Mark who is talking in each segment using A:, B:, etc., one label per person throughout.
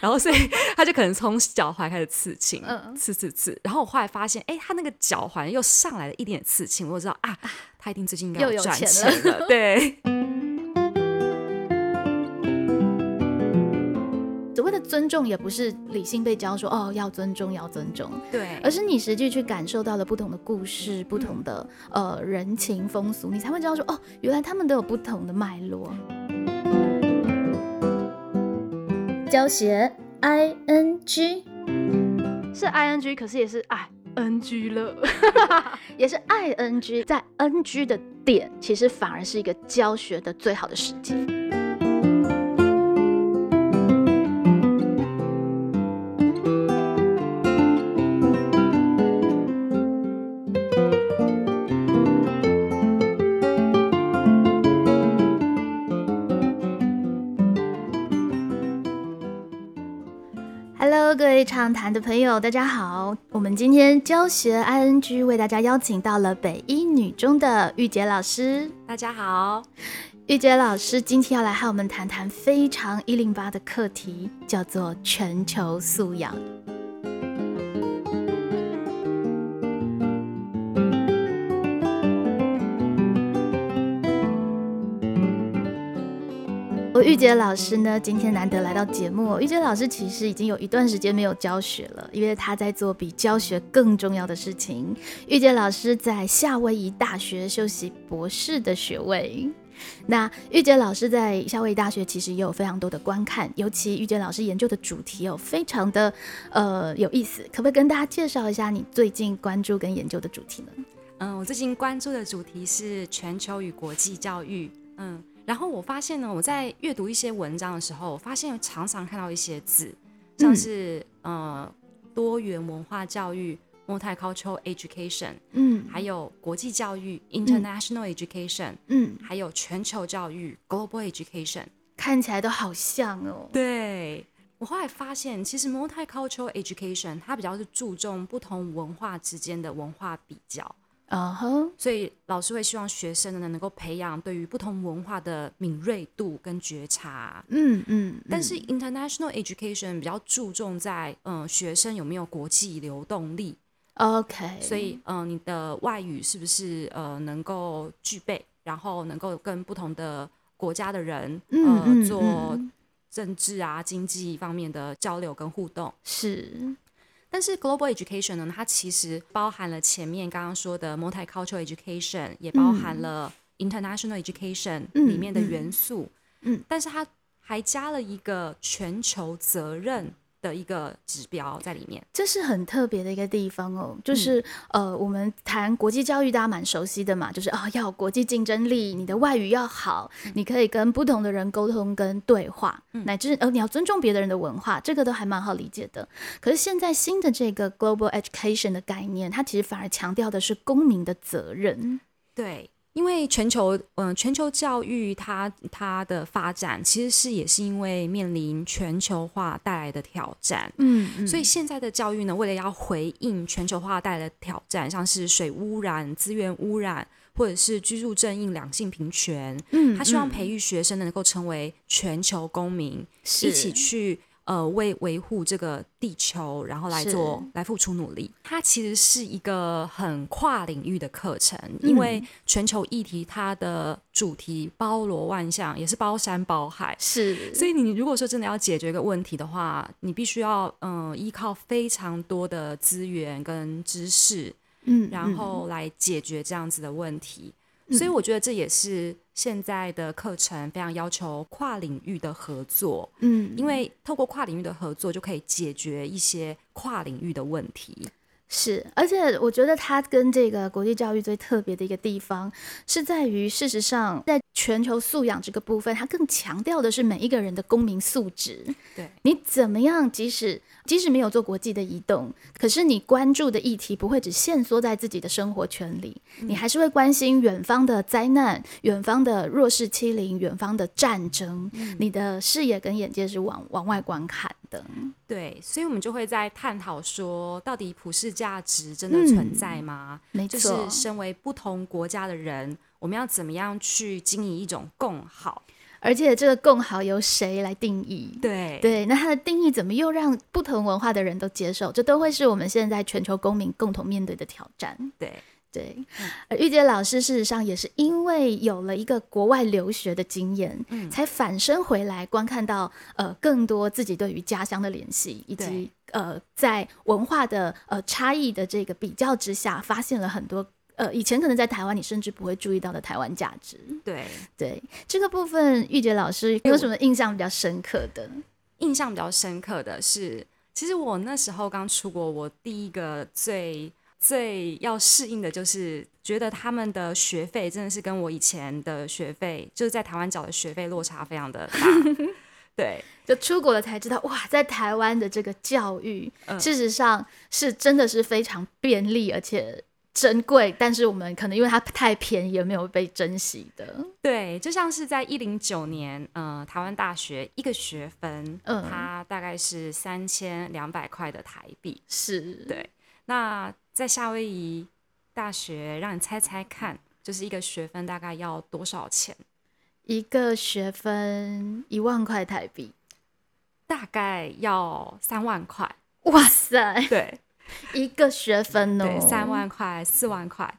A: 然后所 以他就可能从脚踝开始刺青，
B: 嗯
A: 刺刺刺。然后我后来发现，哎、他那个脚踝又上来了一点点刺青，我就知道啊，他一定最近应该
B: 又有
A: 赚
B: 钱
A: 钱了。 对，
B: 所谓的尊重，也不是理性被教说哦要尊重要尊重，
A: 对
B: 而是你实际去感受到了不同的故事、不同的呃人情风俗，你才会知道说哦，原来他们都有不同的脉络。教学 i n g 是 i n g，可是也是 i n g 了， 也是 i n g，在 n g 的点，其实反而是一个教学的最好的时机。Hello，各位畅谈的朋友，大家好。我们今天教学 ING 为大家邀请到了北一女中的玉洁老师。
A: 大家好，
B: 玉洁老师今天要来和我们谈谈非常一零八的课题，叫做全球素养。我玉洁老师呢，今天难得来到节目哦、玉洁老师其实已经有一段时间没有教学了，因为她在做比教学更重要的事情。玉洁老师在夏威夷大学修习博士的学位。那玉洁老师在夏威夷大学其实也有非常多的观看，尤其玉洁老师研究的主题哦，非常的呃有意思。可不可以跟大家介绍一下你最近关注跟研究的主题呢？
A: 嗯，我最近关注的主题是全球与国际教育。嗯，然后我发现呢，我在阅读一些文章的时候，我发现常常看到一些字，像
B: 嗯
A: 是、呃多元文化教育 （multicultural education），
B: 嗯
A: 还有国际教育 （international education），、
B: 嗯，
A: 还有全球教育 （global education）。
B: 看起来都好像哦。
A: 对我后来发现，其实 multicultural education 它比较是注重不同文化之间的文化比较。
B: 嗯哼，
A: 所以老师会希望学生呢能够培养对于不同文化的敏锐度跟觉察。
B: 嗯嗯，
A: 但是 international education 比较注重在嗯、呃学生有没有国际流动力，
B: 哦嗯 OK，
A: 所以嗯、呃你的外语是不是呃能够具备，然后能够跟不同的国家的人
B: 嗯嗯
A: 呃做
B: 嗯
A: 政治啊经济方面的交流跟互动。
B: 是
A: 但是 global education 呢，它其实包含了前面刚刚说的 multicultural education，也包含了 international education
B: 嗯
A: 里面的元素。
B: 嗯嗯
A: 但是它还加了一个全球责任的一个指标在里面。
B: 这是很特别的一个地方哦，
A: 嗯
B: 就是、呃，我们谈国际教育，大家蛮熟悉的嘛，就是哦，要有国际竞争力，你的外语要好，
A: 嗯
B: 你可以跟不同的人沟通跟对话，乃至呃，你要尊重别的人的文化，这个都还蛮好理解的。可是现在新的这个 global education 的概念，它其实反而强调的是公民的责任。
A: 对，因为全球嗯、呃全球教育它它的发展其实是也是因为面临全球化带来的挑战。
B: 嗯，嗯
A: 所以现在的教育呢，为了要回应全球化带来的挑战，像是水污染、资源污染，或者是居住正义、两性平权，
B: 嗯
A: 他希望
B: 嗯
A: 培育学生能够成为全球公民，
B: 是
A: 一起去呃为维护这个地球，然后来
B: 是
A: 做来付出努力。它其实是一个很跨领域的课程，因为
B: 嗯
A: 全球议题它的主题包罗万象，也是包山包海，
B: 是，
A: 所以你如果说真的要解决一个问题的话，你必须要嗯、呃依靠非常多的资源跟知识，
B: 嗯
A: 然后来解决这样子的问题。所以我觉得这也是现在的课程非常要求跨领域的合作，
B: 嗯，
A: 因为透过跨领域的合作就可以解决一些跨领域的问题。
B: 是，而且我觉得它跟这个国际教育最特别的一个地方，是在于事实上，在全球素养这个部分，它更强调的是每一个人的公民素质。
A: 对，
B: 你怎么样，即使即使没有做国际的移动，可是你关注的议题不会只限缩在自己的生活圈里，
A: 嗯
B: 你还是会关心远方的灾难、远方的弱势欺凌、远方的战争。
A: 嗯
B: 你的视野跟眼界是往往外观看的。
A: 对，所以我们就会在探讨说，到底普世价值真的存在吗？
B: 嗯没
A: 就
B: 错，
A: 是身为不同国家的人，我们要怎么样去经营一种共好？
B: 而且这个共好由谁来定义？
A: 对
B: 对，那它的定义怎么又让不同文化的人都接受？这都会是我们现在全球公民共同面对的挑战。
A: 对
B: 对，而玉洁老师事实上也是因为有了一个国外留学的经验，
A: 嗯
B: 才反身回来观看到呃更多自己对于家乡的联系，以及呃在文化的呃差异的这个比较之下，发现了很多。呃，以前可能在台湾，你甚至不会注意到的台湾价值。
A: 对，
B: 对这个部分，玉洁老师有什么印象比较深刻的？
A: 印象比较深刻的是，其实我那时候刚出国，我第一个最最要适应的就是，觉得他们的学费真的是跟我以前的学费，就是在台湾缴的学费落差非常的大。对，
B: 就出国了才知道，哇，在台湾的这个教育，
A: 嗯
B: 事实上是真的是非常便利而且珍贵，但是我们可能因为它太便宜，而没有被珍惜的。
A: 对，就像是在一零九年，呃，台湾大学一个学分，
B: 嗯
A: 它大概是三千两百块的台币。
B: 是，
A: 对那在夏威夷大学，让你猜猜看，就是一个学分大概要多少钱？
B: 一个学分一万块台币，
A: 大概要三万块，
B: 哇塞，
A: 对
B: 一个学分哦，
A: 对，三，万块、四万块。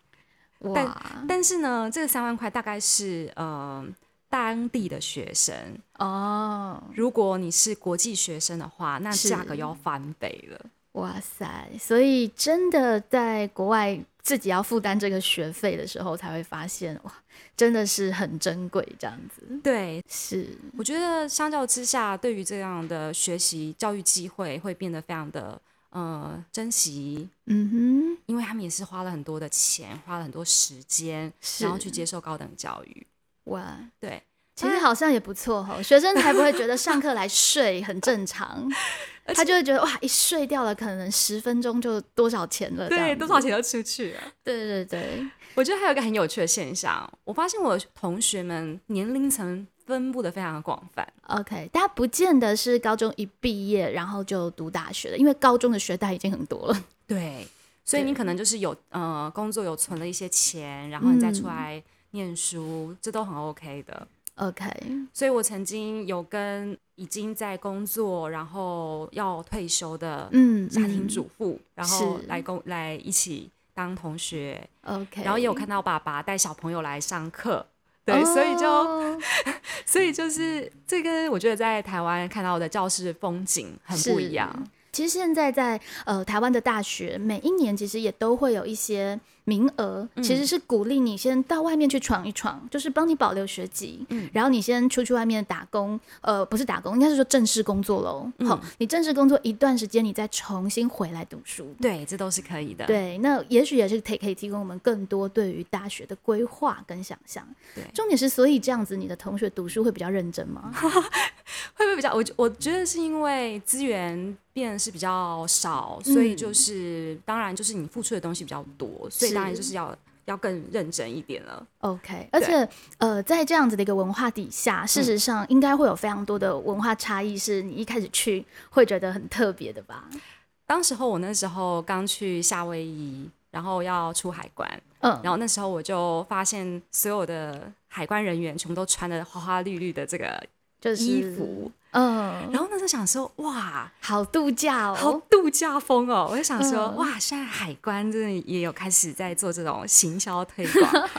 B: 哇，
A: 但是呢，这个三万块大概是呃当地的学生，
B: 哦，
A: 如果你是国际学生的话，那
B: 是
A: 价格要翻倍了。
B: 哇塞，所以真的在国外自己要负担这个学费的时候，才会发现，哇，真的是很珍贵，这样子
A: 对，
B: 是。
A: 我觉得相较之下，对于这样的学习教育机会会变得非常的呃珍惜，
B: 嗯
A: 因为他们也是花了很多的钱，花了很多时间，然后
B: 是
A: 去接受高等教育。
B: 哼，哇，
A: 对
B: 其
A: 啊
B: 实好像也不错哈、 学生才不会觉得上课来睡很 正常，他就会觉得哇，一睡掉了，可能十分钟就多少钱了，这样
A: 对，
B: 子
A: 多少？钱都出去了。
B: 对对对，
A: 我觉得还有一个很有趣的现象，我发现我同学们年龄层分布的非常的广泛。
B: OK，大家不见得是高中一毕业然后就读大学的，因为高中的学贷已经很多了。
A: 对，所以
B: 对
A: 你可能就是有呃工作有存了一些钱，然后你再出
B: 嗯
A: 来念书，这都很 OK 的。
B: OK，
A: 所以我曾经有跟已经在工作，然后要退休的
B: 嗯，
A: 家庭主妇，然后
B: 是
A: 来工来一起当同学，
B: 嗯 OK，
A: 然后也有看到爸爸带小朋友来上课。对，所以就，
B: 哦
A: 所以就是这跟我觉得在台湾看到的教室风景很不一样
B: 是。其实现在在呃台湾的大学，每一年其实也都会有一些名额，其实是鼓励你先到外面去闯一闯，就是帮你保留学籍，然后你先出去外面打工，呃，不是打工，应该是说正式工作喽。好、你正式工作一段时间，你再重新回来读书。
A: 对，这都是可以的。
B: 对，那也许也是可以可以提供我们更多对于大学的规划跟想象。
A: 对
B: 重点是，所以这样子，你的同学读书会比较认真吗？
A: 会不会比较？我我觉得是因为资源变得是比较少，所以
B: 嗯
A: 就是、当然就是你付出的东西比较多，所以
B: 是
A: 当然就是要要更认真一点了。
B: OK，而且呃，在这样子的一个文化底下，
A: 嗯
B: 事实上应该会有非常多的文化差异，是你一开始去会觉得很特别的吧？
A: 当时候我那时候刚去夏威夷，然后要出海关，
B: 嗯，
A: 然后那时候我就发现所有的海关人员全部都穿的花花绿绿的这个
B: 就是
A: 衣服，，
B: 嗯，
A: 然后那时候想说哇。
B: 好度假
A: 好
B: 哦，
A: 度假风哦！我就想说，
B: 嗯
A: 哇，现在海关真的也有开始在做这种行销推广，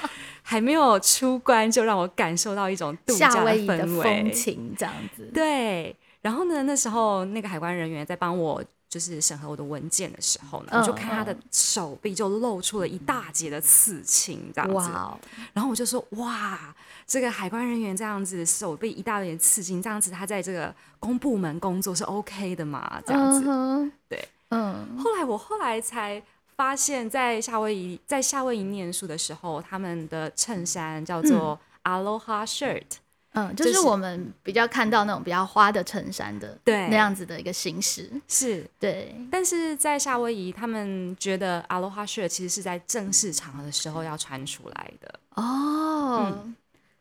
A: 还没有出关就让我感受到一种度假
B: 夏威夷的
A: 氛围
B: 风。情这样子。
A: 对，然后呢，那时候那个海关人员在帮我就是审核我的文件的时候呢，
B: 嗯
A: 我就看他的手臂就露出了一大截的刺青，这样
B: 哇
A: 子。
B: 哦，
A: 然后我就说，哇，这个海关人员这样子手臂一大截刺青，这样子他在这个公部门工作是 OK 的嘛？这样子。
B: 子，
A: 对，
B: 嗯，
A: 后来我后来才发现，在夏威夷在夏威夷念书的时候，他们的衬衫叫做 Aloha shirt，、
B: 嗯，就
A: 就是是
B: 我们比较看到那种比较花的衬衫的，
A: 对
B: 那样子的一个形式，
A: 是。
B: 对，
A: 但是在夏威夷，他们觉得 Aloha shirt 其实嗯是在正式场合的时候要穿出来的。
B: 哦，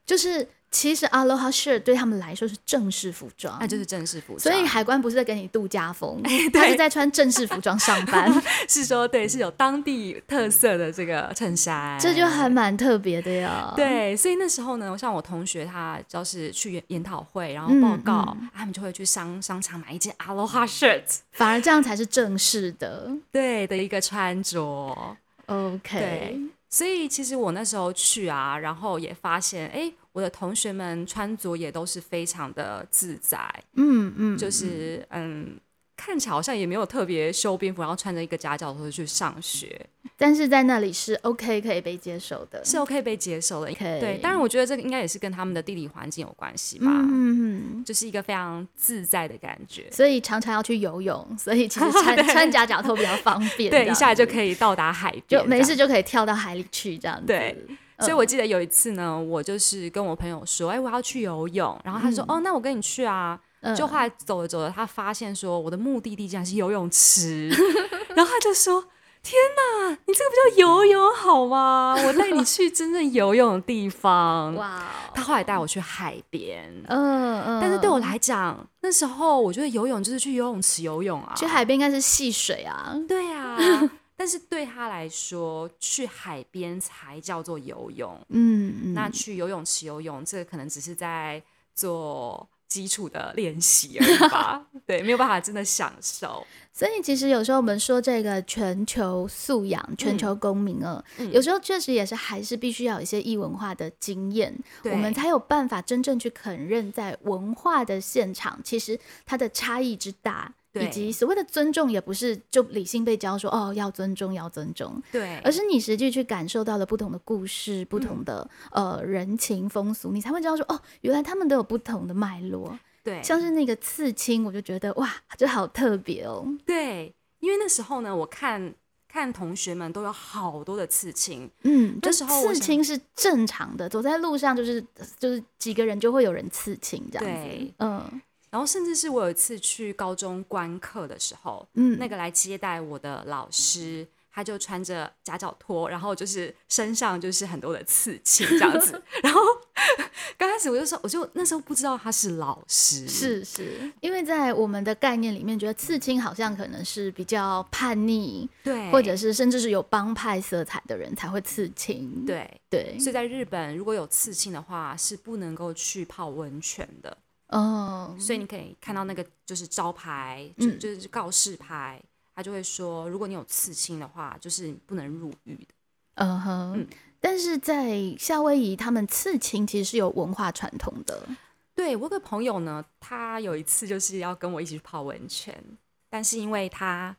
B: 就是其实 Aloha shirt 对他们来说是正式服装，
A: 那就是正式服装。
B: 哦所以海关不是在给你度假 风，
A: 对
B: 他是在穿正式服装上 班，
A: 是说，对，是有当地特色的这个衬衫，
B: 这就还蛮特别的呀。，
A: 对，所以那时候呢，像我同学他就是去研研讨会，然后报
B: 嗯
A: 告，他们就会去商商场买一件 Aloha shirt，
B: 反而这样才是正式的。
A: 对的一个穿着。
B: OK，
A: 所以其实我那时候去啊，然后也发现，哎，我的同学们穿着也都是非常的自在，
B: 嗯嗯，
A: 就是嗯，看起来好像也没有特别修边幅，然后穿着一个夹脚拖去上学，
B: 但是在那里是 OK 可以被接受的。
A: 是 OK 被接受的。
B: OK
A: 对，当然我觉得这个应该也是跟他们的地理环境有关系吧。
B: 嗯，嗯嗯
A: 就是一个非常自在的感觉。
B: 所以常常要去游泳，所以其 实穿穿夹脚拖比较方便。
A: 对，一下就可
B: 以，
A: 以到达海边，
B: 就没事
A: 这样。
B: 就可以跳到海里去这样子。
A: 对所以
B: 嗯
A: 我记得有一次呢，我就是跟我朋友说，哎、我要去游泳，然后他说，哦，那我跟你去啊。
B: 嗯
A: 就后来走着走着，他发现说我的目的地竟然是游泳池， 然后他就说。天哪，你这个不叫游泳好吗？我带你去真正游泳的地方。
B: 哇
A: 他
B: 哦，
A: 后来带我去海边，
B: 嗯嗯，
A: 但是对我来讲，那时候我觉得游泳就是去游泳池游泳啊，
B: 去海边应该是戏水啊。
A: 对 啊，但是对他来说，去海边才叫做游泳。
B: 嗯嗯，
A: 那去游泳池游泳，这个可能只是在做基础的练习而已 吧。对，没有办法真的享受。
B: 所以其实有时候我们说这个全球素养、全球公民啊，
A: 嗯
B: 有时候确实也是还是必须要有一些异文化的经验，
A: 对
B: 我们才有办法真正去肯认在文化的现场，其实它的差异之大。
A: 对
B: 以及所谓的尊重，也不是就理性被教说哦要尊重要尊重，
A: 对，嗯
B: 而是你实际去感受到了不同的故事、不同的、呃人情风俗，你才会知道说哦原来他们都有不同的脉络。
A: 对，
B: 像是那个刺青，我就觉得哇这好特别哦。
A: 对，因为那时候呢，我看看同学们都有好多的刺青，
B: 嗯，
A: 那
B: 就
A: 时候我
B: 刺
A: 想
B: 青是正常的，走在路上就是就是几个人就会有人刺青这样子
A: 对。
B: 嗯
A: 然后甚至是我有一次去高中观课的时候，
B: 嗯，
A: 那个来接待我的老师，他就穿着夹脚拖，然后就是身上就是很多的刺青这样 子。然后 刚开始我就说，我就那时候不知道他是老师，
B: 是是，因为在我们的概念里面，觉得刺青好像可能是比较叛逆，
A: 对，
B: 或者是甚至是有帮派色彩的人才会刺青。
A: 对。
B: 对，
A: 所以在日本，如果有刺青的话，是不能够去泡温泉的。
B: 嗯，
A: 所以你可以看到那个就是招牌，就
B: 嗯
A: 就是告示牌，他就会说，如果你有刺青的话，就是不能入狱的。
B: 嗯哼
A: 嗯。
B: 但是在夏威夷，他们刺青其实是有文化传统的。
A: 对我有个朋友呢，他有一次就是要跟我一起去泡温泉，但是因为他，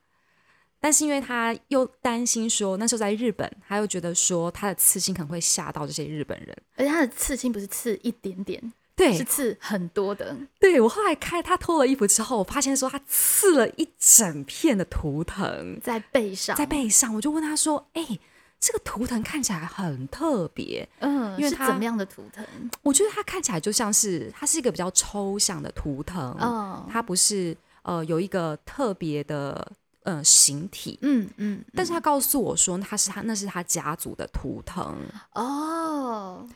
A: 但是因为他又担心说那时候在日本，他又觉得说他的刺青可能会吓到这些日本人。
B: 而且他的刺青不是刺一点点，是
A: 对，
B: 刺很多的。
A: 对我后来看他脱了衣服之后，我发现说他刺了一整片的图腾
B: 在背上，
A: 在背上，我就问他说：“哎、这个图腾看起来很特别，
B: 嗯，
A: 因为
B: 是
A: 它嗯
B: 怎么样的图腾？
A: 我觉得它看起来就像是它是一个比较抽象的图腾，
B: 哦，
A: 它不是呃有一个特别的呃形体，
B: 嗯嗯，
A: 但是他告诉我说他是他那是他家族的图腾，
B: 哦，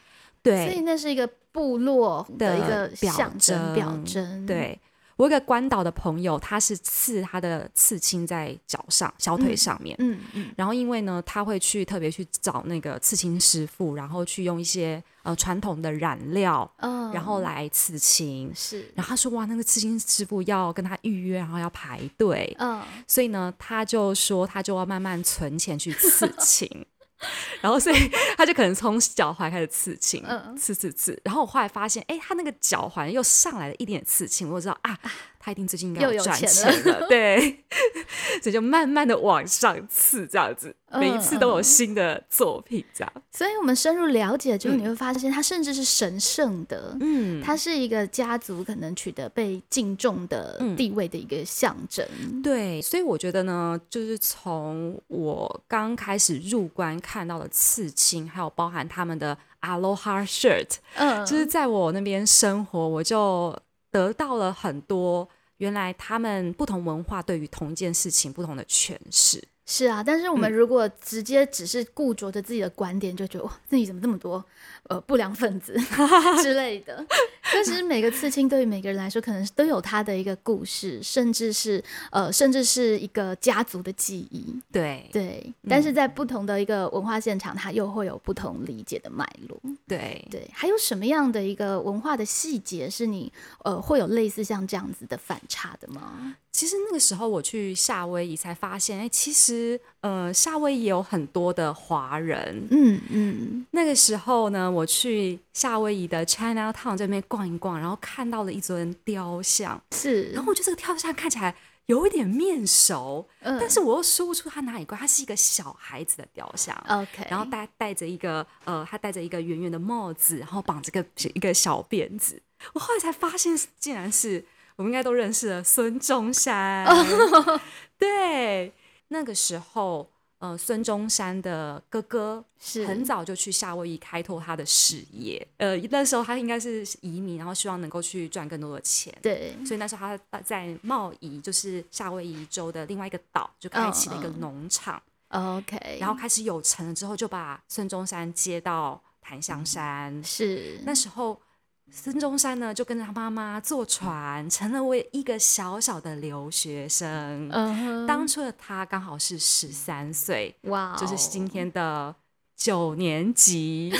B: 所以
A: 对
B: 那是一个部落的一个
A: 的表
B: 象征
A: 征
B: 表征，，
A: 对。我有一个关岛的朋友，他是刺他的刺青在脚上、小腿上面。
B: 嗯嗯，
A: 然后因为呢，他会去特别去找那个刺青师傅，然后去用一些呃传统的染料，
B: 哦，
A: 然后来刺青。
B: 是，
A: 然后他说哇，那个刺青师傅要跟他预约，然后要排队，
B: 嗯，
A: 所以呢，他就说他就要慢慢存钱去刺青， 然后所以他就可能从脚踝开始刺青，
B: 嗯
A: 刺刺刺。然后我后来发现，哎，他那个脚踝又上来了一点刺青，我就知道啊，他一定最近应该
B: 又有
A: 赚
B: 钱
A: 钱了， 对，所以就慢慢的往上刺，这样子，每一次都
B: 嗯
A: 有
B: 嗯
A: 新的作品，这样，
B: 所以我们深入了解之后，你会发现它甚至是神圣的。
A: 嗯，
B: 它是一个家族可能取得被敬重的
A: 嗯
B: 地位的一个象征，
A: 对，所以我觉得呢，就是从我刚开始入关看到的刺青，还有包含他们的 Aloha shirt，、
B: 嗯，
A: 就是在我那边生活，我就得到了很多原来他们不同文化对于同一件事情不同的诠释。
B: 是啊，但是我
A: 嗯
B: 们如果直接只是固着着自己的观点，就觉得哇，自己怎么这么多呃不良分 子之类的。但其实每个刺青对于每个人来说，可能都有他的一个故事，甚至是呃，甚至是一个家族的记忆。
A: 对
B: 对，
A: 嗯
B: 但是在不同的一个文化现场，它又会有不同理解的脉络。
A: 嗯对
B: 对，还有什么样的一个文化的细节是你呃会有类似像这样子的反差的吗？
A: 其实那个时候我去夏威夷才发现，哎，其实呃，夏威夷有很多的华人。
B: 嗯嗯，
A: 那个时候呢，我去夏威夷的 China Town 这边逛一逛，然后看到了一尊雕像，
B: 是
A: 然，后我觉得这个雕像看起来有一点面熟，
B: 嗯
A: 但是我又说不出它哪里怪，它是一个小孩子的雕像。
B: OK，
A: 然后戴戴着一个呃，他戴着一个圆圆的帽子，然后绑着个一个小辫子。我后来才发现，竟然是我们应该都认识的孙中 山。对，那个时候，呃，孙中山的哥哥
B: 是
A: 很早就去夏威夷开拓他的事业。呃，那时候他应该是移民，然后希望能够去赚更多的钱。
B: 对，
A: 所以那时候他在贸易，就是夏威夷州的另外一个岛，就开启了一个
B: 嗯嗯
A: 农场。
B: OK，
A: 然后开始有成了之后，就把孙中山接到檀
B: 嗯
A: 香山。
B: 是
A: 那时候，孙中山呢就跟着他妈妈坐船，成了为一个小小的留学生。
B: 嗯
A: 当初的他刚好是十三岁，
B: 哇哦，
A: 就是今天的九年 级。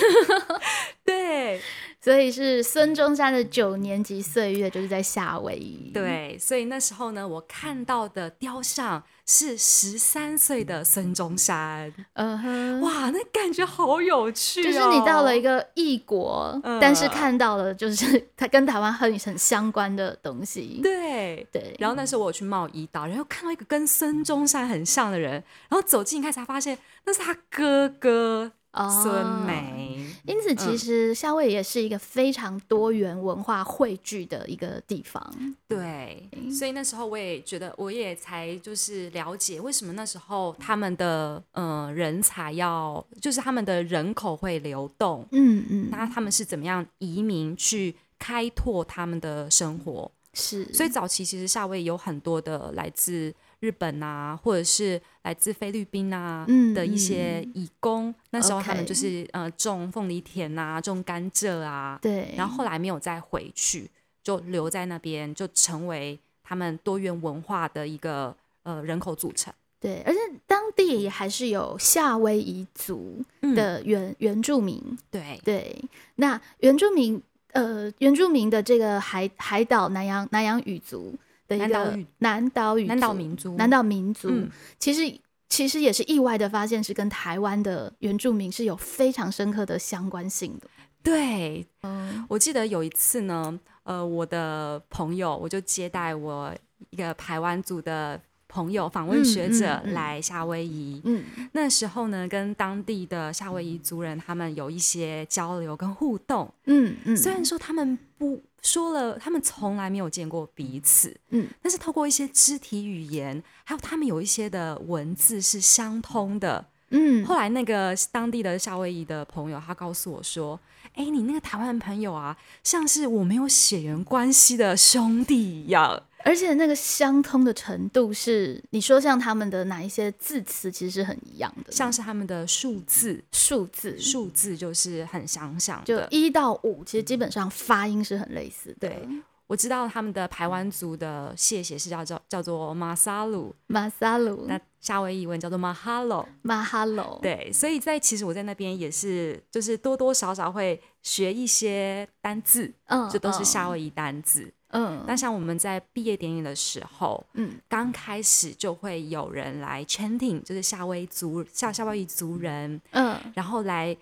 A: 对
B: 所以是孙中山的九年级岁月就是在夏威夷，，
A: 对，所以那时候呢，我看到的雕像是十三岁的孙中山。
B: 嗯哼，
A: 哇，那感觉好有趣、哦！
B: 就是你到了一个异国，
A: 嗯
B: 但是看到了就是 它跟台湾很很相关的东西，
A: 对。
B: 对，
A: 然后那时候我有去贸易岛，然后看到一个跟孙中山很像的人，然后走近一看才发现那是他哥哥
B: 哦
A: 孙。嗯梅。
B: 因此，其实夏威夷也是一个非常多元文化汇聚的一个地
A: 嗯
B: 方。
A: 对，所以那时候我也觉得，我也才就是了解为什么那时候他们的呃人才要，就是他们的人口会流动，
B: 嗯嗯，
A: 那他们是怎么样移民去开拓他们的生活。
B: 是，
A: 所以早期其实夏威夷有很多的来自日本啊，或者是来自菲律宾啊
B: 嗯
A: 的一些义工，那时候他们
B: OK
A: 就是呃种凤梨田啊，种甘蔗啊，
B: 对，
A: 然后后来没有再回去，就留在那边，就成为他们多元文化的一个呃人口组成。
B: 对，而且当地也还是有夏威夷族
A: 嗯
B: 的原、原住民。
A: 对
B: 对，那原住民呃，原住民的这个海海岛南洋南洋语族的一
A: 南岛
B: 个
A: 语
B: 南岛语
A: 南岛
B: 族
A: 民族
B: 南岛民族，
A: 嗯
B: 其实其实也是意外的发现，是跟台湾的原住民是有非常深刻的相关性的。
A: 对，
B: 嗯，
A: 我记得有一次呢，呃，我的朋友我就接待我一个台湾组的朋友访问
B: 嗯
A: 学者
B: 嗯嗯
A: 来夏威夷。
B: 嗯
A: 那时候呢，跟当地的夏威夷族人他们有一些交流跟互动。
B: 嗯嗯，
A: 虽然说他们不说了，他们从来没有见过彼此，
B: 嗯，
A: 但是透过一些肢体语言，还有他们有一些的文字是相通的。
B: 嗯
A: 后来那个当地的夏威夷的朋友，他告诉我说：“哎、你那个台湾朋友啊，像是我没有血缘关系的兄弟一样。
B: 而且那个相通的程度是，你说像他们的哪一些字词其实是很一样的呢，
A: 像是他们的数字，
B: 数字
A: 数字就是很相像
B: 嗯就
A: 的。
B: 一到五，其实基本上发音是很类似的。
A: 对，我知道他们的排湾族的谢谢是叫做叫做马萨鲁，
B: 马萨鲁、
A: 那夏威夷文叫做马哈罗。
B: 马哈罗，
A: 对，所以在其实我在那边也是，就是多多少少会学一些单字，
B: 嗯，
A: 这都是
B: 嗯
A: 夏威夷单字。那
B: 嗯
A: 像我们在毕业典礼的时候，
B: 嗯
A: 刚开始就会有人来 chanting，就是夏威夷族夏夏威夷族人，
B: 嗯
A: 然后来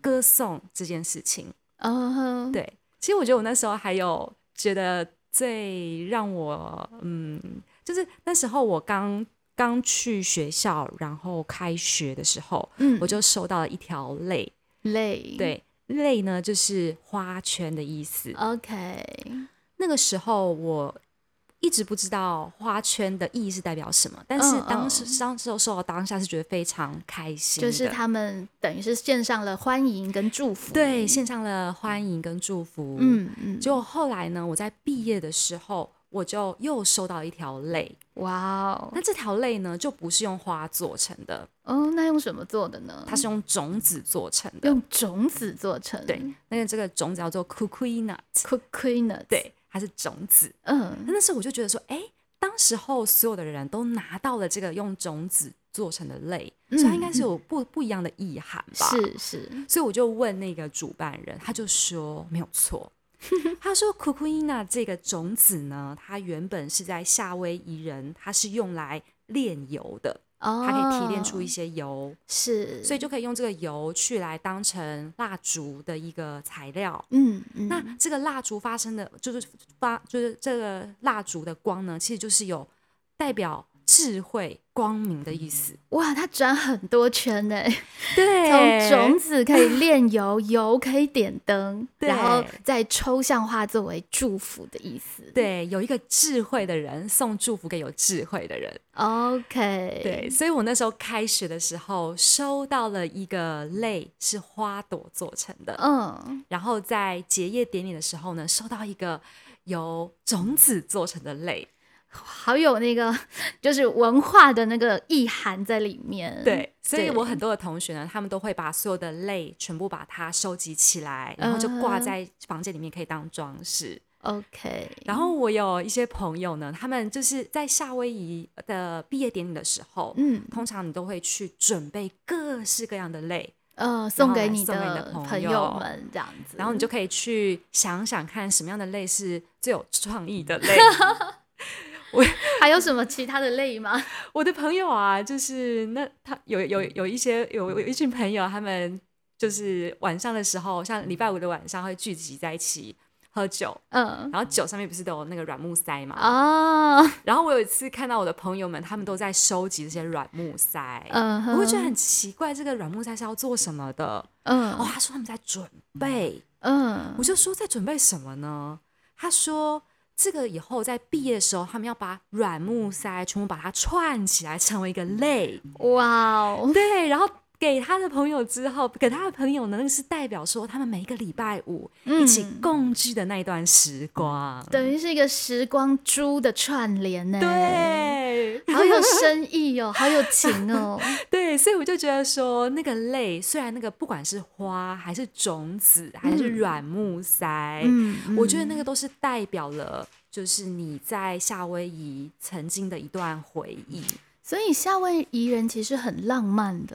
A: 歌颂这件事情。
B: 嗯哼，
A: 对，其实我觉得我那时候还有觉得最让我嗯，就是那时候我刚刚去学校，然后开学的时候，
B: 嗯，
A: 我就收到了一条泪，
B: 累，
A: 对，泪呢就是花圈的意思。
B: ，OK，
A: 那个时候我一直不知道花圈的意义是代表什么，但是
B: 嗯
A: 当时、当时受到当下是觉得非常开心的，
B: 就是他们等于是献上了欢迎跟祝福，
A: 对献上了欢迎跟祝福。，
B: 嗯嗯，
A: 结果后来呢，我在毕业的时候，我就又收到一条泪。
B: 哇哦，
A: 那这条泪呢，就不是用花做成的，
B: 哦，那用什么做的呢？
A: 它是用种子做成的。
B: 用嗯种子做成，
A: 对，那个这个种子叫做 cuckoo nut，
B: ，cocoon u t，
A: 对，它是种子。
B: 嗯，
A: 那时候我就觉得说，哎、当时候所有的人都拿到了这个用种子做成的泪，
B: 嗯
A: 所以它应该是有不不一样的意涵吧？。
B: 是是，
A: 所以我就问那个主办人，他就说没有 错。他说，库库伊娜这个种子呢，它原本是在夏威夷人，它是用来炼油的，
B: 哦，
A: 它可以提炼出一些油，
B: 是，
A: 所以就可以用这个油去来当成蜡烛的一个材料。
B: 嗯嗯，
A: 那这个蜡烛发生的，就是发，就是这个蜡烛的光呢，其实就是有代表智慧、光明的意思。
B: 哇，它转很多圈呢，从
A: 对
B: 种子可以炼油， 油可以点灯，
A: 对
B: 然后再抽象化作为祝福的意思。
A: 对有一个智慧的人送祝福给有智慧的人。
B: ，OK，
A: 对，，所以我那时候开学的时候收到了一个泪，是花朵做成的。
B: 嗯，
A: 然后在结业典礼的时候呢，收到一个由种子做成的泪。
B: 好有那个就是文化的那个意涵在里面。
A: 对，所以
B: 对
A: 我很多的同学呢，他们都会把所有的泪全部把它收集起来，然后就挂
B: 嗯
A: 在房间里面，可以当装饰。
B: ，OK，
A: 然后我有一些朋友呢，他们就是在夏威夷的毕业典礼的时候，
B: 嗯
A: 通常你都会去准备各式各样的泪，
B: 呃，送
A: 后
B: 给
A: 来
B: 你
A: 送给你的
B: 的
A: 朋
B: 朋友
A: 友
B: 们这样子，
A: 然后你就可以去想想看什么样的泪是最有创意 的泪。
B: 还有什么其他的类吗？
A: 我的朋友啊，就是那他有有
B: 嗯
A: 有一些有有一群朋友，他们就是晚上的时候，像礼拜五的晚上会聚集在一起喝酒，
B: 嗯，
A: 然后酒上面不是都有那个软木塞嘛？
B: 哦，
A: 然后我有一次看到我的朋友们，他们都在收集这些软木塞。
B: 嗯哼，
A: 我会觉得很奇怪，这个软木塞是要做什么的？哦，
B: 嗯
A: 他说他们在准备，
B: 嗯
A: 我就说在准备什么呢？他说这个以后在毕业的时候，他们要把软木塞全部把它串起来，成为一个类。
B: 哇哦，
A: 对，然后给他的朋友之后，给他的朋友呢，那个是代表说他们每一个礼拜五一起
B: 嗯
A: 共聚的那一段时光。
B: 等于是一个时光珠的串联呢，，
A: 对
B: 好有深意哦，好有情 哦，
A: 对，所以我就觉得说，那个泪虽然那个不管是花还是种子还是软木塞，
B: 嗯，
A: 我觉得那
B: 个
A: 个都是代表了，就是你在夏威夷曾经的一段回忆。
B: 所以夏威夷人其实很浪漫 的，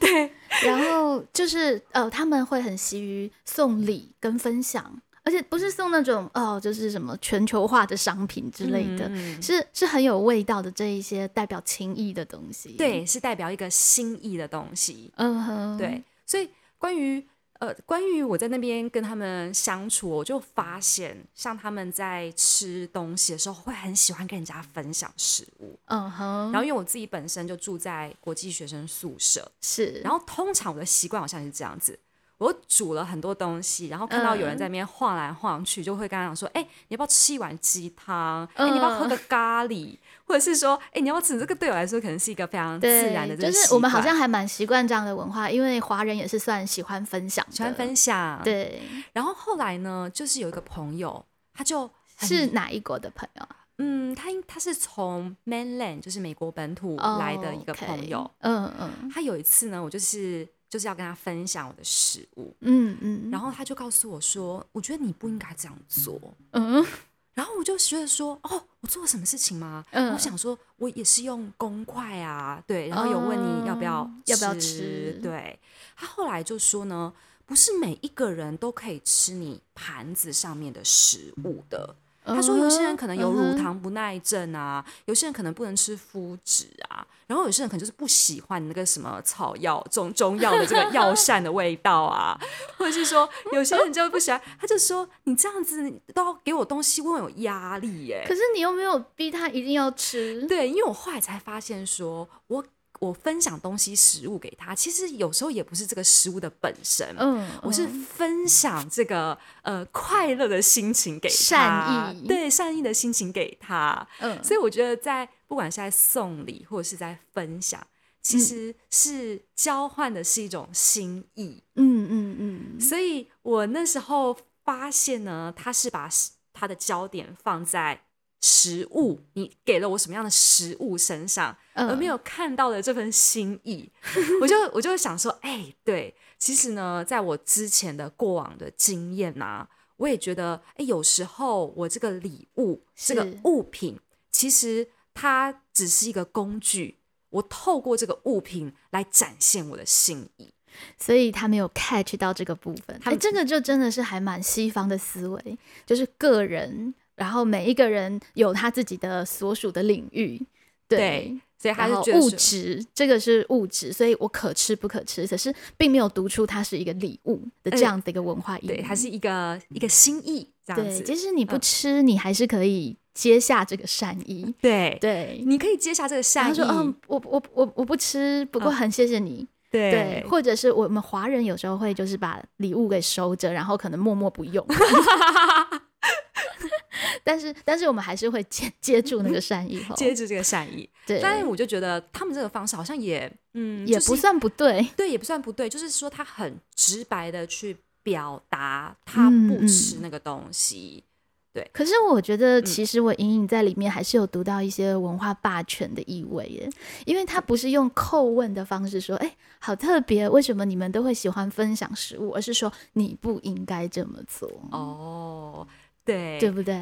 B: 对，然后就是呃，他们会很习于送礼跟分享，而且不是送那种哦，就是什么全球化的商品之类的，
A: 嗯
B: 是是很有味道的这一些代表情意的东西。，
A: 对，是代表一个心意的东西。
B: 嗯哼，
A: 对，，所以关于呃，关于我在那边跟他们相处，我就发现，像他们在吃东西的时候，会很喜欢跟人家分享食物。
B: 嗯哼，
A: 然后，因为我自己本身就住在国际学生宿舍，
B: 是，
A: 然后通常我的习惯好像是这样子。我煮了很多东西，然后看到有
B: 嗯
A: 人在那边晃来晃去，就会跟他讲说：“哎、你要不要吃一碗鸡汤？哎、你要不要
B: 嗯
A: 喝个咖喱？或者是说，哎、你要不要吃？”这个对我来说可能是一个非常自
B: 对，
A: 然的这
B: 就
A: 个习惯，
B: 是我们好像还蛮习惯这样的文化，因为华人也是算喜欢分享，
A: 喜欢分，享，
B: 对，
A: 然后后来呢，就是有一个朋友，他就很
B: 是哪一国的朋友啊？
A: 嗯，他应他是从 mainland，就是美国本土
B: 哦
A: 来的一个
B: OK
A: 朋友。
B: 嗯嗯
A: 他有一次呢，我就是就是要跟他分享我的食物，
B: 嗯嗯，
A: 然
B: 后
A: 后他就告诉我说，我觉得你不应该这样做。
B: 嗯
A: 然后我就觉得说，哦，我做了什么事情吗？
B: 嗯
A: 我想说，我也是用公筷啊，对，然后有问你要不要、
B: 哦要不要吃
A: 对，他后来就说呢，不是每一个人都可以吃你盘子上面的食物的。他说，有些人可能有乳
B: 嗯哼
A: 糖不耐症啊，有些人可能不能吃麸质啊，然后有些人可能就是不喜欢那个什么草药中中药的这个药膳的味道啊，或者是说有些人就不喜欢。他就说，你这样子都要给我东西，我很有压力耶、
B: 可是你又没有逼他一定要吃，
A: 对，因为我后来才发现说，我我分享东西食物给他，其实有时候也不是这个食物的本身，
B: 嗯，
A: 我是
B: 嗯
A: 分享这个呃快乐的心情给他，
B: 善意
A: 对善意的心情给他。
B: 嗯，
A: 所以我觉得在不管是在送礼或者是在分享，
B: 嗯
A: 其实是交换的是一种心意。
B: 嗯嗯嗯，
A: 所以我那时候发现呢，他是把他的焦点放在食物，你给了我什么样的食物身上，
B: 嗯
A: 而没有看到的这份心意， 我就我就会想说，哎、对，其实呢，在我之前的过往的经验啊，我也觉得，哎、有时候我这个礼物，这个
B: 是
A: 物品，其实它只是一个工具，我透过这个物品来展现我的心意。
B: 嗯所以他没有 catch 到这个部分。
A: 他
B: 哎，
A: 们
B: 这个就真的是还蛮西方的思维，就是个人，然后每一个人有他自己的所属的领域，
A: 对所以他
B: 然
A: 就
B: 后
A: 觉得
B: 物
A: 说
B: 质，这个是物质，所以我可吃不可吃，可是并没有读出它是一个礼物的这
A: 哎
B: 样的一个文化意义。
A: 对，它是一个一个心意这样
B: 嗯对，
A: 子。
B: 即使你不
A: 嗯
B: 吃，你还是可以接下这个善意。
A: 对，
B: 对，
A: 你可以接下这个
B: 然
A: 善
B: 后
A: 意。
B: 说，嗯、我我我我不吃，不过
A: 嗯
B: 很谢谢你。
A: 对
B: 对，或者是我们华人有时候会就是把礼物给收着，然后可能默默不 用。但是，但是我们还是会接接住那个善 意吼，
A: 接住这个善意。
B: 对，
A: 但是我就觉得他们这个方式好像也，嗯，
B: 也
A: 就是
B: 不算不对，
A: 对，也不算不对，就是说他很直白的去表达他
B: 嗯
A: 不
B: 嗯
A: 吃那个东西。
B: 可是我觉得，
A: 嗯
B: 其实我隐隐在里面还是有读到一些文化霸权的意味耶，因为他不是用叩问的方式说，哎、好特别，为什么你们都会喜欢分享食物，而是说你不应该这么做，
A: 哦，对，
B: 对不对？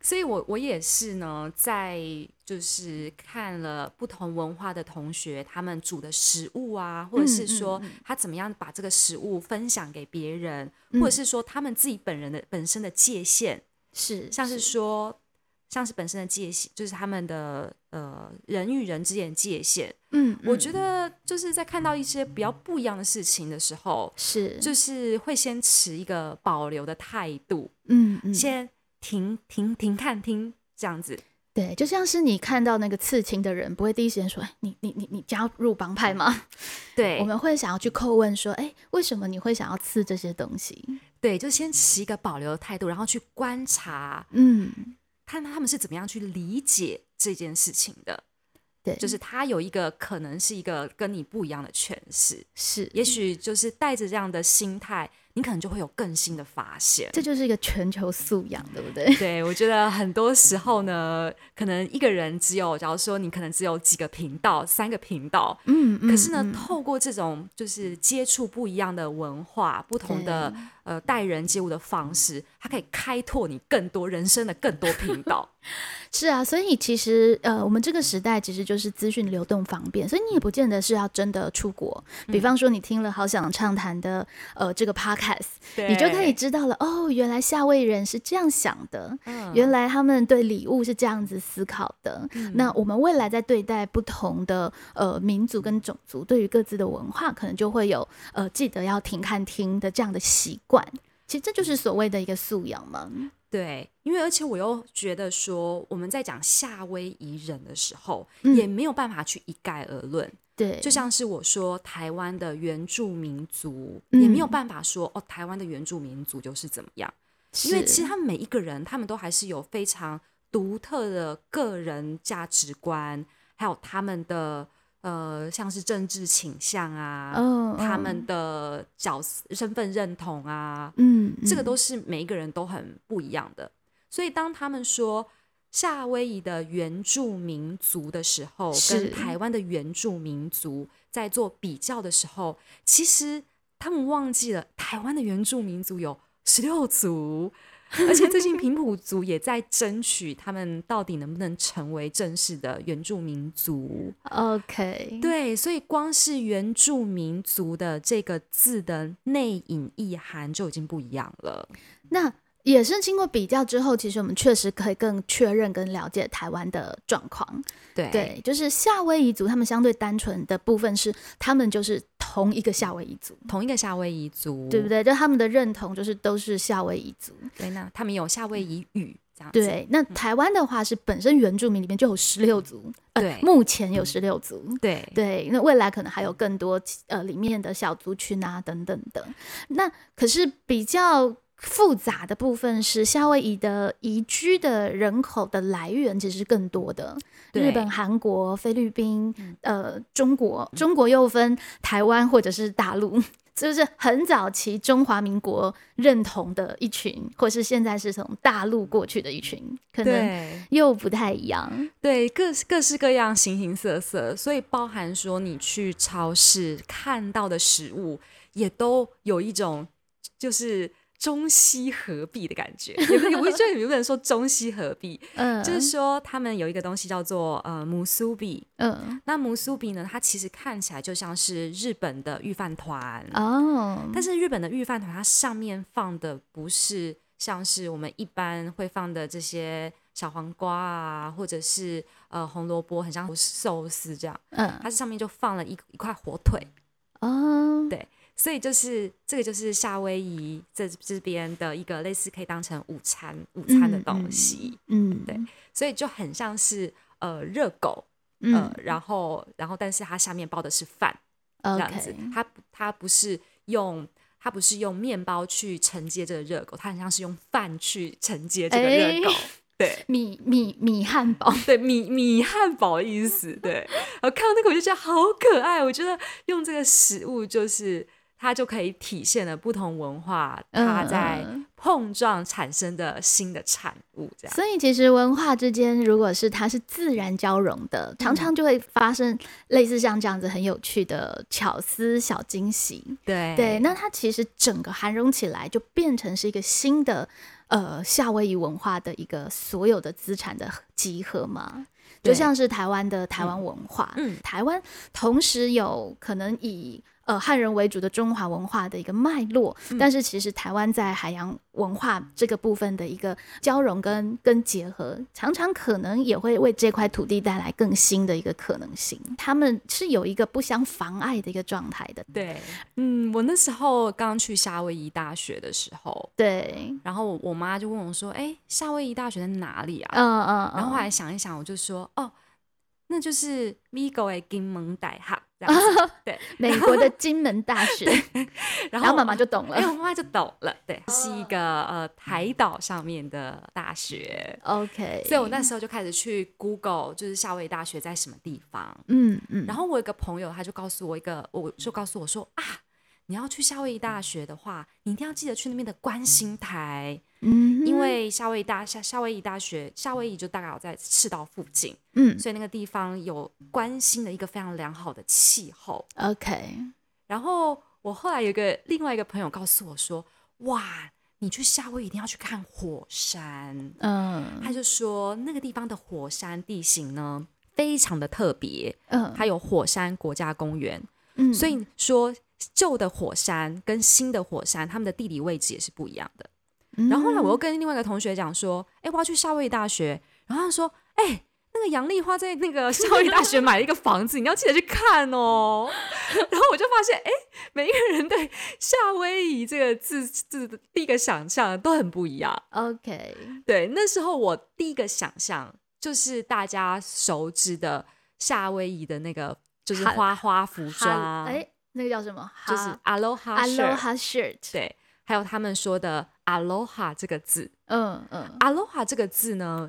A: 所以我我也是呢，在就是看了不同文化的同学他们煮的食物啊，
B: 嗯
A: 或者是说他怎么样把这个食物分享给别人，
B: 嗯
A: 或者是说他们自己本人的本身的界限，
B: 是，
A: 像是说像是本身的界限，就是他们的呃人与人之间的界限。
B: 嗯，
A: 我觉
B: 得
A: 得就是在看到一些比较不一样的事情的时候，
B: 是，
A: 就是会先持一个保留的态度，
B: 嗯嗯，
A: 先停停停看听这样子。
B: 对，就像是你看到那个刺青的人，不会第一时间说，哎、你你你你加入帮派吗？
A: 对，
B: 我们会想要去叩问说，哎、为什么你会想要刺这些东西？
A: 对，就先持一个保留的态度，然后去观察，
B: 嗯，
A: 看他们是怎么样去理解这件事情的。
B: 对，
A: 就是他有一个可能是一个跟你不一样的诠释，
B: 是，
A: 也许就是带着这样的心态，你可能就会有更新的发现。
B: 这就是一个全球素养，对 不对？
A: 对，我觉得很多时候呢，可能一个人只有，假如说你可能只有几个频道、三个频道，
B: 嗯，
A: 可是呢，
B: 嗯嗯
A: 透过这种就是接触不一样的文化、不同的呃待人接物的方式，它可以开拓你更多人生的更多频 道。
B: 是啊，所以其实呃，我们这个时代其实就是资讯流动方便，所以你也不见得是要真的出国。比方说，你听了《好想畅谈》的呃这个 podcast，你就可以
A: 对，
B: 知道了哦，原来夏威夷人是这样想的，
A: 嗯
B: 原来他们对礼物是这样子思考的。那我们未来在对待不同的呃民族跟种族，对于各自的文化，可能就会有呃记得要停看听的这样的习惯。其实这就是所谓的一个素养嘛。
A: 对，因为而且我又觉得说，我们在讲夏威夷人的时候，
B: 嗯
A: 也没有办法去一概而论。
B: 对，
A: 就像是我说台湾的原住民族，
B: 嗯
A: 也没有办法说哦，台湾的原住民族就是怎么样，因为
B: 是
A: 其实他们每一个人，他们都还是有非常独特的个人价值观，还有他们的呃，像是政治倾向啊，
B: 嗯
A: 他
B: 嗯
A: 们的角色身份认同啊，
B: 嗯，
A: 这个
B: 嗯
A: 都是每一个人都很不一样的。所以当他们说夏威夷的原住民族的时候，
B: 是
A: 跟台湾的原住民族在做比较的时候，其实他们忘记了台湾的原住民族有十六族。而且最近平埔族也在争取，他们到底能不能成为正式的原住民
B: 嗯
A: 族？
B: OK，
A: 对，所以光是原住民族的这个字的内隐意涵就已经不一样了。
B: 那也是经过比较之后，其实我们确实可以更确认、跟了解台湾的状况。
A: 对
B: 对，就是夏威夷族他们相对单纯的部分是，他们就是同一个夏威夷族，
A: 同一个夏威夷族，
B: 对不对？就他们的认同就是都是夏威夷族。
A: 对？那他们有夏威夷语这样子。
B: 对，那台湾的话是本身原住民里面就有十六族，呃
A: 对
B: 目前有十六族。
A: 对
B: 对，那未来可能还有更多其呃里面的小族群啊等等的。那可是比较复杂的部分是夏威夷的移居的人口的来源其实是更多的，
A: 对嗯
B: 日本、韩国、菲律宾、呃中国，中国又分台湾或者是大陆， 就是很早期中华民国认同的一群，或是现在是从大陆过去的一群，可能
A: 对
B: 又不太一样。
A: 对，各各式各样，形形色色，所以包含说你去超市看到的食物，也都有一种就是中西合璧的感 觉。也不也不是，就也不能说中西合璧，
B: 嗯，
A: 就是说他们有一个东西叫做呃姆苏比。
B: 嗯
A: 那姆苏比呢，它其实看起来就像是日本的御饭团，
B: 哦，
A: 但是日本的御饭团它上面放的不是像是我们一般会放的这些小黄瓜啊，或者是呃红萝卜，很像寿司这样，
B: 嗯
A: 它是上面就放了一一块火腿，
B: 哦，
A: 所以就是这个就是夏威夷这这边的一个类似可以当成午餐午餐的东西，
B: 嗯，
A: 对所以就很像是呃热狗，呃，
B: 嗯
A: 然后然后但是它下面包的是饭，呃这样子
B: OK，。
A: 它不它不是用它不是用面包去承接这个热狗，它很像是用饭去承接这个
B: 哎
A: 热狗。对
B: 米米米汉堡，
A: 对，米米汉堡的意思。对，我看到那个我就觉得好可爱。我觉得用这个食物，就是它就可以体现了不同文化它
B: 嗯
A: 在
B: 嗯
A: 碰撞产生的新的产物。这样，
B: 所以其实文化之间，如果是它是自然交融的，
A: 嗯
B: 常常就会发生类似像这样子很有趣的巧思小惊喜。
A: 对
B: 对，那它其实整个涵容起来，就变成是一个新的呃夏威夷文化的一个所有的资产的集合嘛。就
A: 对
B: 像是台湾的台湾文化，
A: 嗯
B: 台湾同时有可能以呃汉人为主的中华文化的一个脉络，
A: 嗯
B: 但是其实台湾在海洋文化这个部分的一个交融跟跟结合，常常可能也会为这块土地带来更新的一个可能性。他们是有一个不相妨碍的一个状态的，
A: 对，嗯，我那时候刚去夏威夷大学的时候，
B: 对，
A: 然后我我妈就问我说：“哎，夏威夷大学在哪里啊？”
B: 嗯嗯，
A: 然后后
B: 嗯
A: 来想一想，我就说：“哦，那就是 Migo 的金门大学这样子。 对，
B: 美国的金门大学，
A: 然
B: 然
A: 后
B: 后妈妈就懂
A: 哎、
B: 了。
A: 我妈妈就懂了。 对，是一个呃
B: 嗯
A: 台岛上面的大学，
B: OK，
A: 所以我那时候就开始去 Google，就是夏威夷大学在什么地方。
B: 嗯嗯，
A: 然后我有个朋友，他就告诉我一个，我就告诉我说啊，你要去夏威夷大学的话，你一定要记得去那边的观星台。
B: 嗯，
A: 因为夏威夷大夏夏威夷大学夏威夷就大概有在赤道附近，
B: 嗯
A: 所以那个地方有关心的一个非常良好的气候。
B: OK，
A: 然后我后来有一个另外一个朋友告诉我说，哇，你去夏威夷一定要去看火山。
B: 嗯
A: 他就说那个地方的火山地形呢非常的特别，
B: 嗯
A: 它有火山国家公园，
B: 嗯，
A: 所以说旧的火山跟新的火山它们的地理位置也是不一样的。
B: 嗯
A: 然后后来我又跟另外一个同学讲说，哎、我要去夏威夷大学，然后他说，哎、那个杨丽花在那个夏威夷大学买了一个房子，你要记得去看 哦。然后我就发现，哎、每一个人对夏威夷这个字字的第一个想象都很不一样。
B: OK，
A: 对，那时候我第一个想象就是大家熟知的夏威夷的那个，就是
B: 哈
A: 花花服
B: 哈
A: 装，
B: 哎，那个叫什么？
A: 就是 aloha shirt，
B: Aloha shirt，
A: 对，还有他们说的 aloha 这个字。
B: 嗯嗯
A: aloha 这个字呢，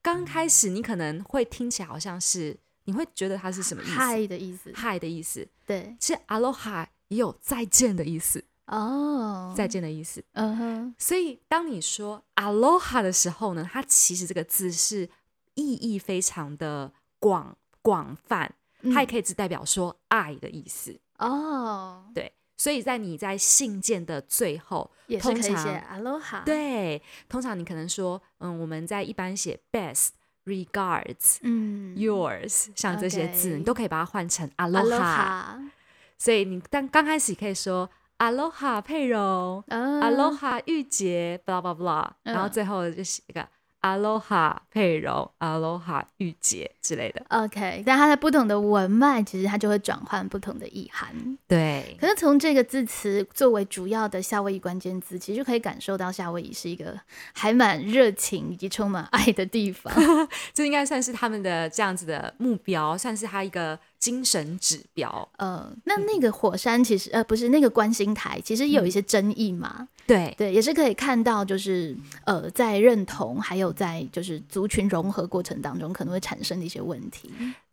A: 刚开始你可能会听起来好像是，你会觉得它是什么意思？
B: ，Hi 的意思，
A: 嗨的意思。
B: 对，
A: 其实 aloha 也有再见的意思，
B: 哦，
A: 再，见的意思。
B: 嗯哼，
A: 所以当你说 aloha 的时候呢，它其实这个字是意义非常的广广泛，
B: 嗯
A: 它也可以只代表说爱的意思。
B: 哦，
A: 对，所以在你在信件的最后，
B: 也是
A: 通
B: 可以
A: 常
B: 写 Aloha，，
A: 对，通常你可能说，嗯，我们在一般写 best regards。
B: 嗯
A: yours，像这些字
B: OK
A: 你都可以把它换成 aloha。
B: Aloha，
A: 所以你但刚开始可以说 aloha 佩蓉、
B: 嗯
A: aloha 玉洁，blah blah blah，、
B: 嗯
A: 然后最后就是一个 aloha 佩蓉、aloha 玉洁之类的。
B: OK，但它在不同的文脉，其实它就会转换不同的意涵。
A: 对，
B: 可是从这个字词作为主要的夏威夷关键字，其实就可以感受到夏威夷是一个还蛮热情以及充满爱的地方。
A: 这应该算是他们的这样子的目标，算是他一个精神指标。
B: 呃，那那个火山其实呃不是那个观星台，其实有一些争议嘛。
A: 对
B: 对，也是可以看到，就是呃，在认同还有在就是族群融合过程当中可能会产生的一些问题。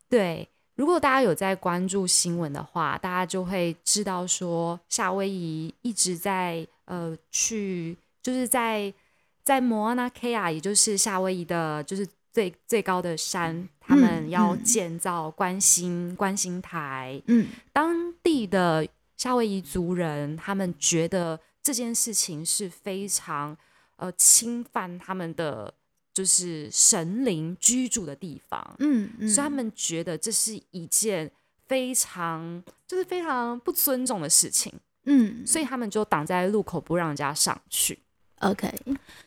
A: 对，如果大家有在关注新闻的话，大家就会知道说，夏威夷一直在呃去，就是在在摩纳 K 啊，也就是夏威夷的，就是最最高的山，他们要
B: 嗯
A: 建造观星、观星台，
B: 嗯，
A: 当地的夏威夷族人，他们觉得这件事情是非常呃侵犯他们的就是神灵居住的地方，
B: 嗯嗯，
A: 所以他们觉得这是一件非常就是非常不尊重的事情，
B: 嗯，
A: 所以他们就挡在路口不让人家上去。
B: OK，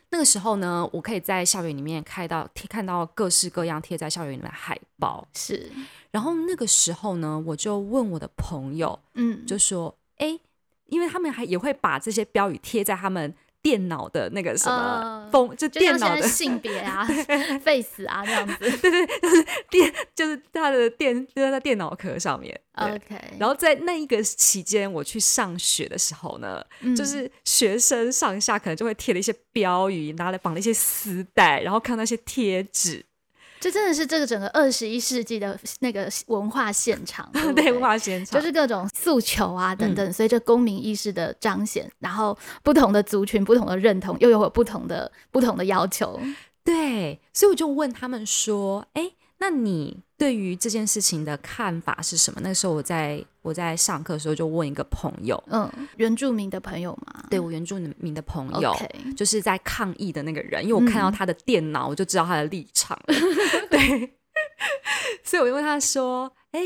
A: 那个时候呢，我可以在校园里面看到贴看到各式各样贴在校园里面的海报，
B: 是，
A: 然后那个时候呢，我就问我的朋友，
B: 嗯，
A: 就说：“哎、因为他们还也会把这些标语贴在他们电脑的那个什么
B: 嗯
A: 封、就
B: 就
A: 电
B: 像现
A: 脑
B: 在
A: 的
B: 性 别啊、face 啊这样子。
A: 电，就是他的电，就是在电脑壳上面。
B: 呃
A: 对
B: OK，
A: 然后在那一个期间，我去上学的时候呢，
B: 后
A: 就是学生上下可能就会贴了一些标语，拿来绑了一些丝带，然后看那些贴纸，
B: 这真的是这个整个二十一世纪的那个文化现 场，对不
A: 对，嗯文化现场
B: 就是各种诉求啊等等，随着公民意识的彰显，然后不同的族群、不同的认同，又有不同的不同的要求。
A: 对，所以我就问他们说：“哎，那你对于这件事情的看法是什么？”那时候我在我在上课的时候就问一个朋友，
B: 嗯，原住民的朋友嘛，
A: 对我原住民的朋友。
B: ，OK，
A: 就是在抗议的那个人，因为我看到
B: 嗯
A: 他的电脑，我就知道他的立场 了。对，所以我就问他说：“哎、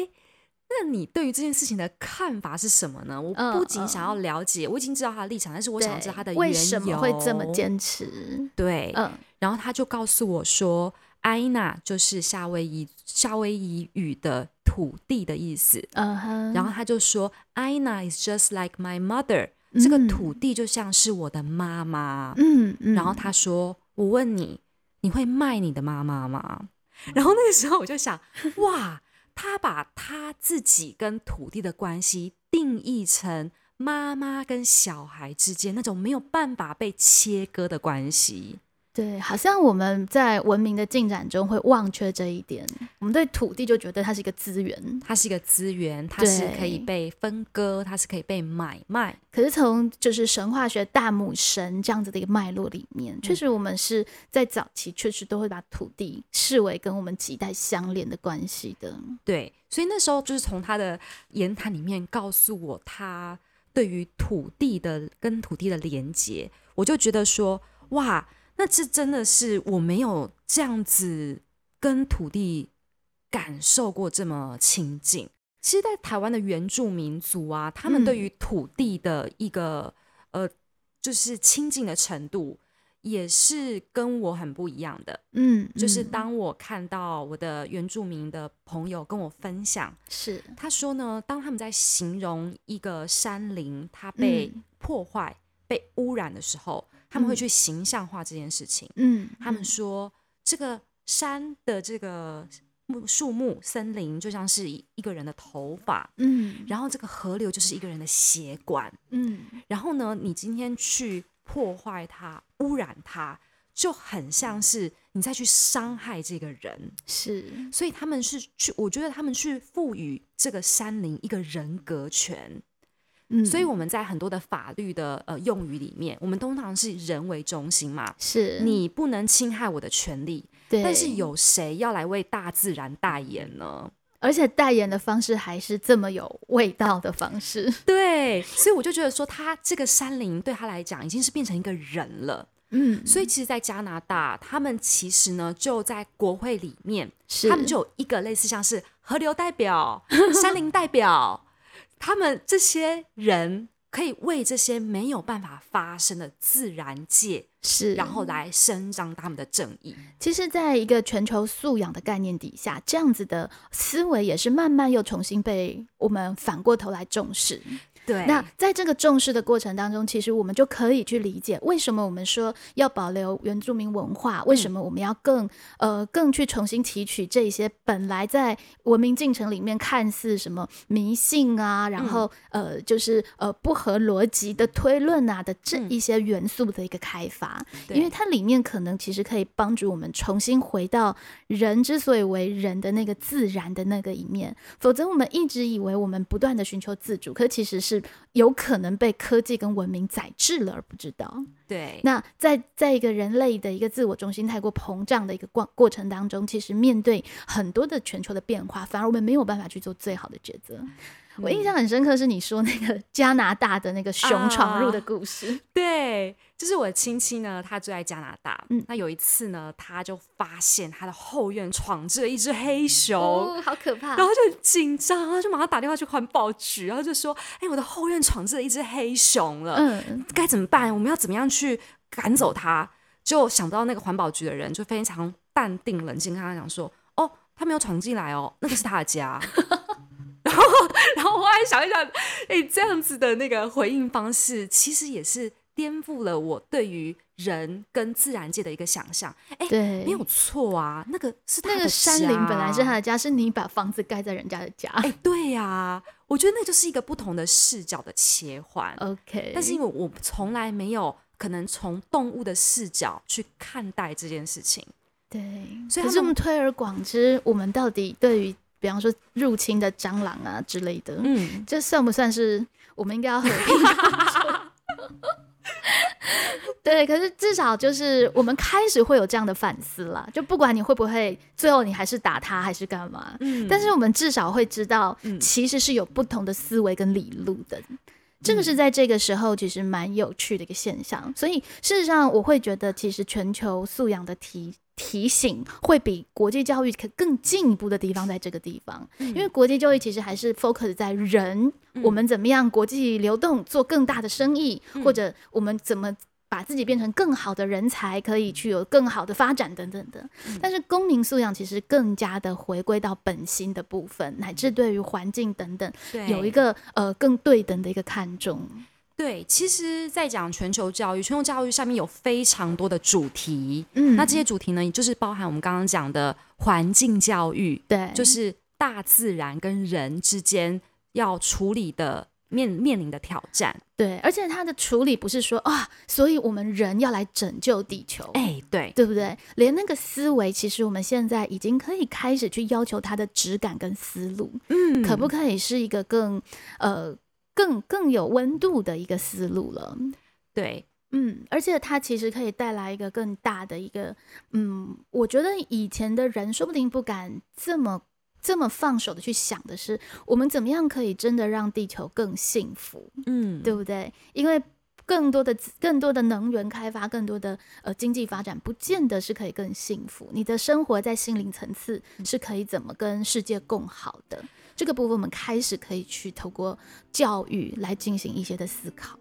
A: 那你对于这件事情的看法是什么呢？”我
B: 嗯
A: 不仅
B: 嗯
A: 想要了解，我已经知道他的立场，但是我想要知道
B: 对
A: 他的
B: 为
A: 缘
B: 什么会这么
A: 由
B: 坚持？
A: 对，
B: 嗯
A: 然后他就告诉我说，艾娜就是夏威夷夏威夷语的土地的意思。
B: 嗯哼，
A: 然后他就说艾娜 is just like my mother，、这个
B: 嗯
A: 土地就像是我的妈妈。
B: 嗯嗯，
A: 然后他说，我问你，你会卖你的妈妈吗？然后那个时候我就想，哇，他把他自己跟土地的关系定义成。妈妈跟小孩之间那种没有办法被切割的关系，
B: 对，好像我们在文明的进展中会忘却这一点，我们对土地就觉得它是一个资源，
A: 它是一个资源，它是可以
B: 对
A: 被分割，它是可以被买卖。
B: 可是从就是神话学大母神这样子的一个脉络里
A: 嗯
B: 面，确实我们是在早期确实都会把土地视为跟我们脐带相连的关系的。
A: 对，所以那时候就是从他的言谈里面告诉我他对于土地的跟土地的连接，我就觉得说，哇，那这真的是我没有这样子跟土地感受过这么亲近。其实，在台湾的原住民族啊，他们
B: 嗯
A: 对于土地的一个、呃，就是亲近的程度，也是跟我很不一样的。
B: 嗯，
A: 就是
B: 嗯
A: 当我看到我的原住民的朋友跟我分享，
B: 是
A: 他说呢，当他们在形容一个山林它被
B: 嗯
A: 破坏、被污染的时候，他们会
B: 嗯
A: 去形象化这件事情。
B: 嗯，
A: 他们说，这个山的这个木树木、森林就像是一一个人的头发，
B: 嗯
A: 然后这个河流就是一个人的血管，
B: 嗯
A: 然后呢，你今天去破坏它、污染它，就很像是你再去伤害这个人。
B: 是
A: 所以他们是去，我觉得他们去赋予这个山林一个人格权。
B: 嗯，
A: 所以我们在很多的法律的呃用语里面，我们通常是人为中心嘛，
B: 是
A: 你不能侵害我的权利。
B: 对，
A: 但是有谁要来为大自然代言呢？
B: 而且代言的方式还是这么有味道的方式。
A: 对，所以我就觉得说，他这个山林对他来讲已经是变成一个人了。
B: 嗯，
A: 所以其实，在加拿大，他们其实呢就在国会里面，
B: 是
A: 他们就有一个类似像是河流代表、 山林代表，他们这些人可以为这些没有办法发生的自然界，
B: 是嗯
A: 然后来伸张他们的正义。
B: 其实，在一个全球素养的概念底下，这样子的思维也是慢慢又重新被我们反过头来重视。
A: 对，
B: 那在这个重视的过程当中，其实我们就可以去理解为什么我们说要保留原住民文化，为什么我们要更呃更去重新提取这一些本来在文明进程里面看似什么迷信啊，然后、呃就是呃不合逻辑的推论啊的这
A: 嗯
B: 一些元素的一个开发，
A: 对
B: 因为它里面可能其实可以帮助我们重新回到人之所以为人的那个自然的那个一面，否则我们一直以为我们不断的寻求自主，可其实是有可能被科技跟文明宰制了而不知道。
A: 对，
B: 那在在一个人类的一个自我中心太过膨胀的一个过过程当中，其实面对很多的全球的变化，反而我们没有办法去做最好的抉择。我印
A: 嗯
B: 象很深刻是你说那个加拿大的那个
A: 啊
B: 熊闯入的故事，
A: 对，就是我亲戚呢，他住在加拿大。
B: 嗯
A: 那有一次呢，他就发现他的后院闯着一只黑熊。
B: 哦，好可怕
A: 然！后他就很紧张，然后就马上打电话去环保局，然后就说：“哎、我的后院闯着一只黑熊了，
B: 嗯，
A: 该怎么办？我们要怎么样去赶走它？”就想到那个环保局的人就非常淡定冷静，跟他讲说：“哦，他没有闯进来哦，那个是他的 家。”然后，然后我还想一想，哎、这样子的那个回应方式，其实也是颠覆了我对于人跟自然界的一个想象。哎、
B: 对，
A: 没有错啊，那个是他
B: 那
A: 的
B: 个山林本来是
A: 家
B: 他的家，是你把房子盖在人家的家。
A: 哎、对呀、我觉得那就是一个不同的视角的切换。
B: OK，
A: 但是因为我从来没有可能从动物的视角去看待这件事情，
B: 对，
A: 所以
B: 可
A: 他
B: 是我
A: 们
B: 们推而广之，我们到底对于比方说入侵的蟑螂啊之类的，
A: 嗯，
B: 这算不算是我们应该要合并的工作？对，可是至少就是我们开始会有这样的反思啦，就不管你会不会，最后你还是打他还是干嘛，
A: 嗯
B: 但是我们至少会知道，
A: 嗯
B: 其实是有不同的思维跟理路的。这个
A: 嗯
B: 是在这个时候其实蛮有趣的一个现象，所以事实上我会觉得，其实全球素养的提提醒会比国际教育可更进一步的地方在这个地方，
A: 嗯
B: 因为国际教育其实还是 focus 在人，我们怎么样国际流动做更大的生意，或
A: 嗯
B: 者我们怎么。把自己变成更好的人才，可以去有更好的发展等等的。
A: 嗯
B: 但是公民素养其实更加的回归到本心的部分，乃至对于环境等等
A: 对
B: 有一个呃更对等的一个看重。
A: 对，其实，在讲全球教育，全球教育下面有非常多的主题，
B: 嗯
A: 那这些主题呢，也就是包含我们刚刚讲的环境教育，
B: 对，
A: 就是大自然跟人之间要处理的面面临的挑战。
B: 对，而且它的处理不是说啊，所以我们人要来拯救地球。
A: 哎，对，
B: 对不对？连那个思维，其实我们现在已经可以开始去要求它的质感跟思路，
A: 嗯
B: 可不可以是一个更呃更更有温度的一个思路了？
A: 对，
B: 嗯，而且它其实可以带来一个更大的一个，嗯，我觉得以前的人说不定不敢这么这么放手的去想的是，我们怎么样可以真的让地球更幸福，
A: 嗯，
B: 对不对？因为更多的资更多的能源开发，更多的呃经济发展，不见得是可以更幸福。你的生活在心灵层次是可以怎么跟世界共好的？这个部分我们开始可以去透过教育来进行一些的思考。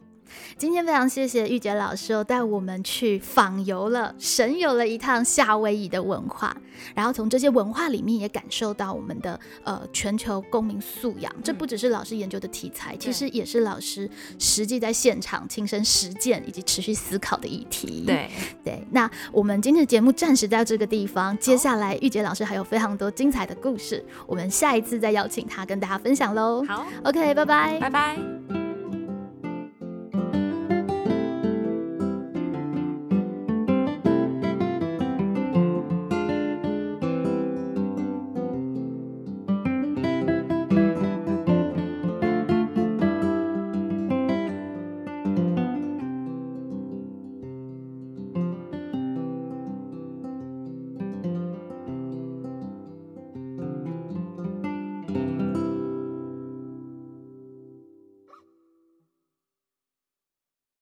B: 今天非常谢谢玉洁老师哦，带我们去访游了、神游了一趟夏威夷的文化，然后从这些文化里面也感受到我们的呃全球公民素养。这不只是老师研究的题材，其实也是老师实际在现场亲身实践以及持续思考的议题。
A: 对，
B: 对，那我们今天的节目暂时到这个地方，接下来玉洁老师还有非常多精彩的故事，我们下一次再邀请她跟大家分享喽。
A: 好，
B: ，OK，拜拜。
A: 拜拜。